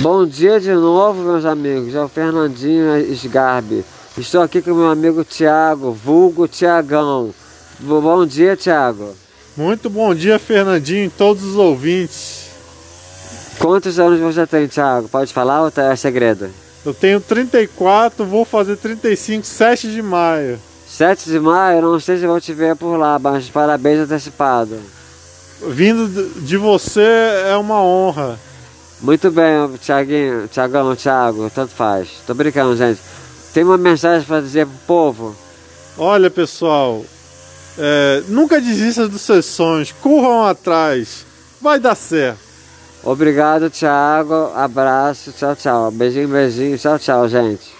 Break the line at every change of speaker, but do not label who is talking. Bom dia de novo, meus amigos. É o Fernandinho Esgarbe. Estou aqui com meu amigo Tiago, vulgo Tiagão. Bo- Bom dia, Tiago.
Muito bom dia, Fernandinho, e todos os ouvintes.
Quantos anos você tem, Tiago? Pode falar ou tá- é segredo?
Eu tenho 34, vou fazer 35, 7 de maio.
7 de maio, não sei se vou te ver por lá, mas parabéns antecipado.
Vindo de- de você é uma honra.
Muito bem, Tiaguinho, Tiagão, Tiago, tanto faz. Tô brincando, gente. Tem uma mensagem para dizer pro povo?
Olha, pessoal, é, nunca desista dos seus sonhos, corram atrás, vai dar certo.
Obrigado, Tiago. Abraço, tchau, tchau. Beijinho, beijinho, tchau, tchau, gente.